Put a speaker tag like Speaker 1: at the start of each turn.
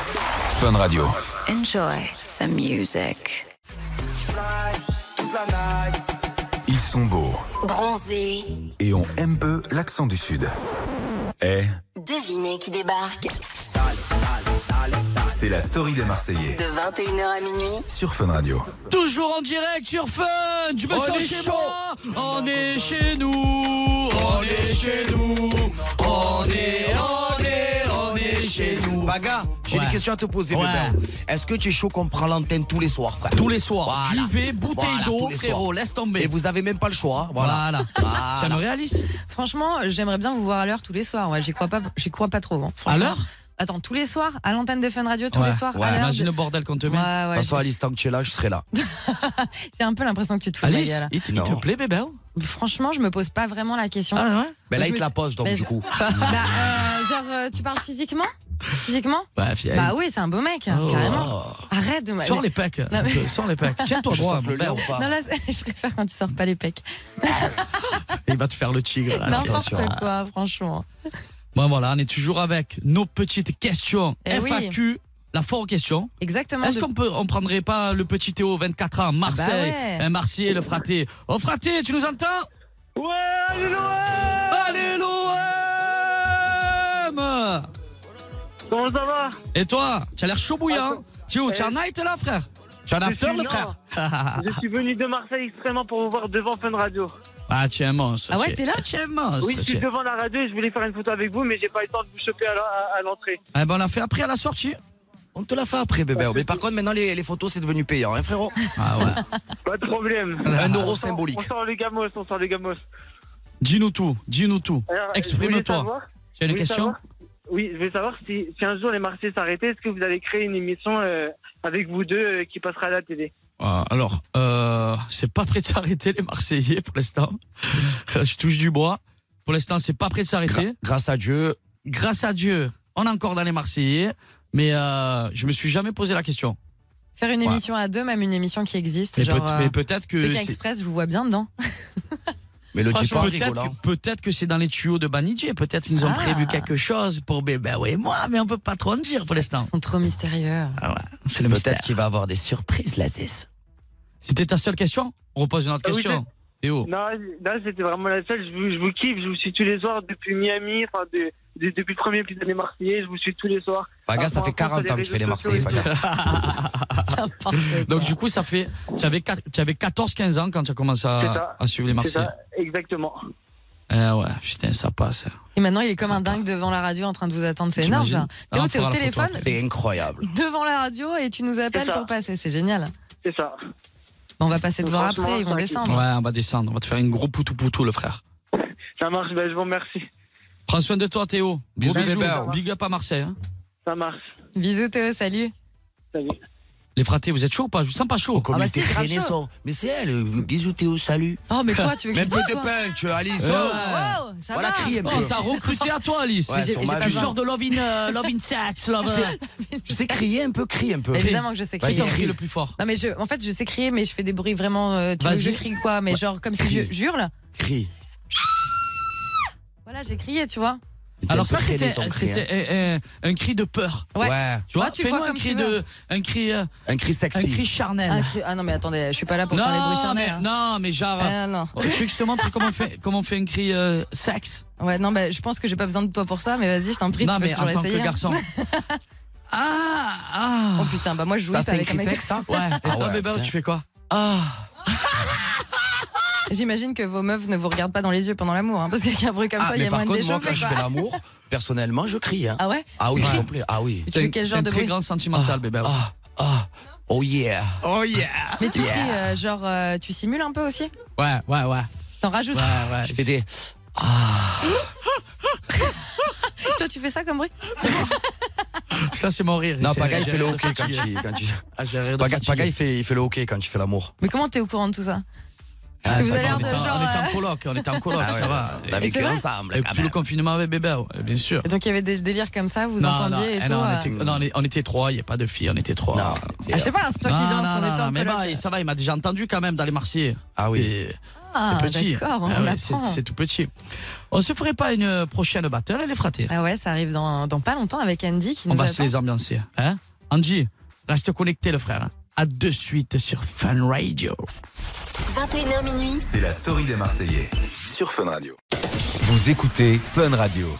Speaker 1: Fun Radio.
Speaker 2: Enjoy the music.
Speaker 1: Ils sont beaux
Speaker 3: Bronzé,
Speaker 1: et on aime peu l'accent du Sud. Eh,
Speaker 3: devinez qui débarque
Speaker 1: c'est la story des Marseillais
Speaker 3: de 21h à minuit.
Speaker 1: sur Fun Radio.
Speaker 4: Toujours en direct sur Fun, je me sens chez moi. On est chez nous, on est chez nous, on est, on est, on est chez nous.
Speaker 5: Baga, j'ai
Speaker 4: Ouais.
Speaker 5: des questions à te poser,
Speaker 4: Ouais.
Speaker 5: bébé. Est-ce que tu es chaud qu'on prend l'antenne tous les soirs, frère
Speaker 4: Tous les soirs,
Speaker 5: Voilà.
Speaker 4: duvet, bouteille
Speaker 5: Voilà,
Speaker 4: d'eau,
Speaker 5: tous les
Speaker 4: frérot,
Speaker 5: soirs.
Speaker 4: laisse tomber.
Speaker 5: Et vous avez même pas le choix, hein. voilà.
Speaker 4: Voilà.
Speaker 5: Voilà.
Speaker 4: Ça me réalise.
Speaker 6: Franchement, j'aimerais bien vous voir à l'heure tous les soirs. Ouais, j'y crois pas, j'y crois pas trop. hein. Franchement.
Speaker 4: À l'heure
Speaker 6: Attends, tous les soirs à l'antenne de Fun Radio, tous
Speaker 4: Ouais,
Speaker 6: les soirs
Speaker 5: ouais.
Speaker 6: à l'heure.
Speaker 4: Imagine
Speaker 6: de-
Speaker 4: le bordel qu'on te
Speaker 6: Ouais,
Speaker 4: met.
Speaker 5: De
Speaker 6: ouais,
Speaker 5: toute façon, Alice, tant que tu es là, je serai là.
Speaker 6: J'ai un peu l'impression que tu te fous de ma
Speaker 4: Alice,
Speaker 6: gueule.
Speaker 4: il te, il te
Speaker 5: Non.
Speaker 4: plaît, bébé hein
Speaker 6: Franchement, je me pose pas vraiment la question.
Speaker 4: Ah ouais
Speaker 5: Mais là,
Speaker 6: Je
Speaker 5: il
Speaker 6: me
Speaker 5: te la
Speaker 6: suis-
Speaker 5: pose, donc,
Speaker 6: Mais
Speaker 5: du
Speaker 6: je-
Speaker 5: coup.
Speaker 6: Bah, euh, genre, euh, tu parles physiquement Physiquement
Speaker 4: Bah, fi-
Speaker 6: Bah oui, c'est un beau mec,
Speaker 4: Oh.
Speaker 6: carrément. Arrête de m'a-
Speaker 4: Sors les packs.
Speaker 6: Non, mais-
Speaker 4: euh, Sors les packs. Tiens-toi
Speaker 5: Je
Speaker 4: droit,
Speaker 5: sors
Speaker 4: mon
Speaker 5: le
Speaker 4: père.
Speaker 5: lien ou pas
Speaker 6: Non, là, c'est- je préfère quand tu sors pas les pecs.
Speaker 4: Il va te faire le tigre. là, c'est Ah, sûr.
Speaker 6: N'importe quoi, franchement.
Speaker 4: Bon, Ben voilà, on est toujours avec nos petites questions
Speaker 6: Eh oui.
Speaker 4: FAQ. La forte question.
Speaker 6: Exactement.
Speaker 4: Est-ce
Speaker 6: de-
Speaker 4: qu'on peut, on prendrait pas le petit Théo, 24 ans, Marseille,
Speaker 6: Ah bah ouais.
Speaker 4: un Marseillais, le fraté. Oh fraté, tu nous entends Ouais, allez l'OM Allez l'OM
Speaker 7: Comment ça va
Speaker 4: Et toi, tu as l'air chaud bouillant. Tu es où Tu es en night là, frère
Speaker 5: Tu as un after,
Speaker 7: suis
Speaker 5: le
Speaker 7: là.
Speaker 5: frère
Speaker 7: Je suis venu de Marseille extrêmement pour vous voir devant Fun Radio.
Speaker 4: Ah, tu es un monstre.
Speaker 6: Ah ouais,
Speaker 4: tu es-
Speaker 6: t'es là
Speaker 4: Tu es un monstre.
Speaker 7: Oui, je
Speaker 4: tu
Speaker 7: suis
Speaker 4: es-
Speaker 7: devant la radio et je voulais faire une photo avec vous, mais j'ai pas eu le temps de vous choper à la- à à l'entrée.
Speaker 4: Eh ben, on l'a fait après à la sortie.
Speaker 5: On te l'a fait après, bébé. Mais par contre, maintenant, les, les photos, c'est devenu payant, hein, frérot
Speaker 4: Ah ouais.
Speaker 7: Pas de problème.
Speaker 5: Un
Speaker 7: On
Speaker 5: euro
Speaker 7: sort-
Speaker 5: symbolique.
Speaker 7: On sort les gamos, on sort les gamos.
Speaker 4: dis-nous tout, dis-nous tout.
Speaker 7: Alors, je voulais
Speaker 4: Exprime-toi.
Speaker 7: savoir-
Speaker 4: Tu as une
Speaker 7: je voulais
Speaker 4: question
Speaker 7: savoir- Oui, je voulais savoir si, si un jour les Marseillais s'arrêtaient, est-ce que vous allez créer une émission euh, avec vous deux euh, qui passera à la télé
Speaker 4: Ah, Alors, euh, c'est pas prêt de s'arrêter les Marseillais pour l'instant. Euh, je touche du bois. Pour l'instant, c'est pas prêt de s'arrêter.
Speaker 5: Gra- Grâce à Dieu.
Speaker 4: grâce à Dieu, on est encore dans les Marseillais, mais euh, je me suis jamais posé la question.
Speaker 6: Faire une
Speaker 4: Ouais.
Speaker 6: émission à deux, même une émission qui existe.
Speaker 4: Mais,
Speaker 6: genre,
Speaker 4: peut-
Speaker 6: euh,
Speaker 4: mais peut-être que
Speaker 6: Pékin
Speaker 4: c'est-
Speaker 6: Express, je vous vois bien dedans.
Speaker 5: Mais le hein. dis pas en
Speaker 4: peut-être
Speaker 5: rigolant.
Speaker 4: que, peut-être que c'est dans les tuyaux de Banijé, peut-être qu'ils ont
Speaker 6: Ah.
Speaker 4: prévu quelque chose pour Bébé et moi, mais on peut pas trop en dire pour l'instant.
Speaker 6: Ils sont trop mystérieux.
Speaker 4: Ah ouais, c'est le mystère.
Speaker 5: qu'il va avoir des surprises, la zeste.
Speaker 4: C'était ta seule question On repose une autre
Speaker 7: Ah oui,
Speaker 4: question. Théo.
Speaker 7: Non, là c'était vraiment la seule. Je vous, je vous kiffe, je vous suis tous les soirs depuis Miami, enfin de- de- depuis le premier épisode des Marseillais, je vous suis tous les soirs.
Speaker 5: Baga,
Speaker 7: Ah,
Speaker 5: ça
Speaker 7: moi,
Speaker 5: fait
Speaker 7: après,
Speaker 5: 40
Speaker 7: sur
Speaker 5: ans
Speaker 7: les
Speaker 5: que je fais les
Speaker 7: réseaux sociaux
Speaker 5: Marseillais,
Speaker 7: et tout.
Speaker 5: Baga.
Speaker 6: N'importe
Speaker 4: Ah. Donc
Speaker 6: quoi.
Speaker 4: du coup, ça fait, tu avais, quat- tu avais 14-15 ans quand tu as commencé à,
Speaker 7: C'est ça.
Speaker 4: à suivre les
Speaker 7: C'est
Speaker 4: Marseillais.
Speaker 7: ça, exactement.
Speaker 4: Ah ouais, putain, ça passe. hein.
Speaker 6: Et maintenant, il est comme un dingue devant la radio en train de vous attendre. C'est énorme, ça.
Speaker 4: T'imagines Ah, on
Speaker 6: Théo, t'es
Speaker 4: fera
Speaker 6: au
Speaker 4: la photo
Speaker 6: téléphone
Speaker 4: après.
Speaker 5: C'est incroyable.
Speaker 6: devant la radio et tu nous appelles
Speaker 7: ça.
Speaker 6: pour passer. C'est génial.
Speaker 7: C'est ça.
Speaker 6: Bon, on va passer devant
Speaker 7: Franchement,
Speaker 6: après, ils vont
Speaker 7: ça,
Speaker 6: descendre.
Speaker 4: Ouais, on va descendre, on va te faire une gros poutou-poutou, le frère.
Speaker 7: Ça marche, ben, je vous remercie.
Speaker 4: Prends soin de toi, Théo.
Speaker 5: Bisous,
Speaker 4: Gros
Speaker 5: bébé.
Speaker 4: Big up à Marseille. hein.
Speaker 7: Ça marche.
Speaker 6: Bisous, Théo, salut.
Speaker 7: Salut.
Speaker 4: Les fratés, vous êtes chaud ou pas Je vous sens pas chaud.
Speaker 6: bah
Speaker 5: il
Speaker 6: si,
Speaker 5: t'est
Speaker 6: grave
Speaker 5: traîné,
Speaker 6: chaud.
Speaker 5: son. Mais c'est elle. euh, Bisous, Théo, salut.
Speaker 6: Oh, mais quoi, tu veux que je
Speaker 5: Même
Speaker 6: dise
Speaker 5: tes
Speaker 6: quoi
Speaker 5: punch, Alice.
Speaker 4: Euh,
Speaker 5: oh.
Speaker 6: Wow, ça
Speaker 5: Voilà,
Speaker 6: va.
Speaker 5: crie un
Speaker 4: Oh,
Speaker 5: peu.
Speaker 4: t'as recruté à toi, Alice.
Speaker 5: euh, Ouais,
Speaker 6: j'ai-
Speaker 5: sur
Speaker 6: j'ai
Speaker 5: ma-
Speaker 6: pas
Speaker 4: Tu
Speaker 6: besoin.
Speaker 4: sors de Love in, euh, Love in Sex, Love. euh.
Speaker 5: Tu sais crier un peu, crie un peu.
Speaker 6: Évidemment que je sais
Speaker 5: Vas-y,
Speaker 6: crier.
Speaker 4: Qui crie
Speaker 5: crie.
Speaker 4: le plus fort
Speaker 6: Non, mais je, en fait, je sais crier, mais je fais des bruits vraiment. euh, tu veux
Speaker 4: Vas-y.
Speaker 6: que je crie quoi Mais genre, comme si je j'hurle.
Speaker 5: Crie.
Speaker 6: Voilà, j'ai crié, tu vois.
Speaker 4: Alors ça,
Speaker 5: T'as traîné
Speaker 4: c'était
Speaker 5: ton cri, hein.
Speaker 4: c'était, euh, euh, un cri de peur.
Speaker 6: Ouais.
Speaker 5: Ouais.
Speaker 4: Tu vois,
Speaker 6: Ah, tu
Speaker 4: fais-nous
Speaker 6: vois
Speaker 4: un
Speaker 6: comme
Speaker 4: cri
Speaker 6: tu veux.
Speaker 4: de, un cri, euh,
Speaker 5: Un cri
Speaker 4: un
Speaker 5: sexy.
Speaker 4: cri charnel.
Speaker 6: Ah, cri- ah non, mais attendez, je suis pas là pour faire les bruits
Speaker 4: non,
Speaker 6: charnels.
Speaker 4: mais,
Speaker 6: hein.
Speaker 4: non, mais genre.
Speaker 6: Ah, non,
Speaker 4: euh, Tu veux que je te montre comment on fait, comment on fait un cri euh, sexe
Speaker 6: non. Ouais, non, bah, je pense que j'ai pas besoin de toi pour ça, mais vas-y, je t'en prie,
Speaker 4: Non,
Speaker 6: tu peux
Speaker 4: mais en
Speaker 6: toujours
Speaker 4: tant que
Speaker 6: essayer. hein.
Speaker 4: garçon. ah, ah.
Speaker 6: Oh putain, bah moi je jouais
Speaker 5: Ça, c'est un
Speaker 6: avec un
Speaker 5: cri
Speaker 6: mec.
Speaker 5: sexe, ça
Speaker 4: Ouais. Et
Speaker 5: Ah
Speaker 4: toi,
Speaker 5: ouais,
Speaker 4: bébé,
Speaker 5: putain.
Speaker 4: tu fais quoi
Speaker 5: Ah.
Speaker 6: J'imagine que vos meufs ne vous regardent pas dans les yeux pendant l'amour, hein, parce qu'avec un bruit comme
Speaker 5: Ah,
Speaker 6: ça, il y
Speaker 5: mais
Speaker 6: a
Speaker 5: par
Speaker 6: moins de
Speaker 5: contre, moi, quand
Speaker 6: déchauffer.
Speaker 5: je fais l'amour, personnellement, je crie. hein.
Speaker 6: Ah ouais
Speaker 5: Ah oui, complet. Ah oui.
Speaker 6: Mais tu
Speaker 4: C'est
Speaker 6: fais
Speaker 4: un-
Speaker 6: quel
Speaker 4: c'est
Speaker 6: genre
Speaker 4: un
Speaker 6: de
Speaker 4: très
Speaker 6: bruit
Speaker 4: grand sentimental, bébé.
Speaker 5: Ah, ah. Oh yeah.
Speaker 4: Oh yeah.
Speaker 6: Mais tu
Speaker 5: Yeah.
Speaker 6: cries, euh, genre, euh, tu simules un peu aussi
Speaker 4: Ouais, ouais, ouais. Ah,
Speaker 6: T'en rajoutes
Speaker 4: Ouais, ouais.
Speaker 5: Je fais des.
Speaker 6: Toi, tu fais ça comme bruit
Speaker 4: Ça, c'est mon rire.
Speaker 5: Non,
Speaker 4: C'est-
Speaker 5: Paga, il
Speaker 4: j'ai
Speaker 5: fait le
Speaker 4: rire de
Speaker 5: hockey quand
Speaker 4: fatigué.
Speaker 5: tu. Quand tu...
Speaker 4: Ah, j'ai rire de
Speaker 5: Paga,
Speaker 4: fatigué.
Speaker 5: Paga, il, fait, il fait le hockey quand tu fais l'amour.
Speaker 6: Mais comment t'es au courant de tout ça
Speaker 4: Ah,
Speaker 6: Parce que
Speaker 4: ça
Speaker 6: vous avez
Speaker 4: va,
Speaker 6: l'air
Speaker 4: on
Speaker 6: de
Speaker 4: est en-
Speaker 6: genre,
Speaker 4: On est en
Speaker 6: euh,
Speaker 4: coloc, on est en coloc, ça va.
Speaker 5: On a vécu
Speaker 6: c'est vrai
Speaker 5: ensemble.
Speaker 4: Ah Et
Speaker 5: quand
Speaker 4: tout le
Speaker 5: même.
Speaker 4: confinement avec bébé, ouais, bien sûr.
Speaker 6: Et euh, Donc, il y avait des délires comme ça, vous
Speaker 4: non,
Speaker 6: entendiez et
Speaker 4: eh
Speaker 6: tout
Speaker 4: non, on
Speaker 6: euh.
Speaker 4: était, non, on est- on était trois, il n'y a pas de filles, on était trois.
Speaker 5: Non,
Speaker 6: Ah, je sais pas, c'est toi
Speaker 4: non,
Speaker 6: qui danses,
Speaker 4: non,
Speaker 6: on
Speaker 4: non,
Speaker 6: était en
Speaker 4: non, mais
Speaker 6: coloc.
Speaker 4: bah, ça va, il m'a déjà entendu quand même dans les Marseillais.
Speaker 5: Ah oui.
Speaker 4: C'est-
Speaker 6: Ah,
Speaker 4: c'est petit.
Speaker 6: d'accord, on
Speaker 4: Ah ouais, c'est
Speaker 6: apprend.
Speaker 4: c'est tout petit. On se ferait pas une prochaine battle, elle est fratée.
Speaker 6: Ah ouais, ça arrive dans, dans pas longtemps avec Andy qui
Speaker 4: On
Speaker 6: Bah, nous
Speaker 4: va
Speaker 6: attend.
Speaker 4: se les ambiancer. Hein Angie, reste connecté, le frère. hein. À de suite sur Fun Radio.
Speaker 3: 21h minuit.
Speaker 1: C'est la story des Marseillais sur Fun Radio. Vous écoutez Fun Radio.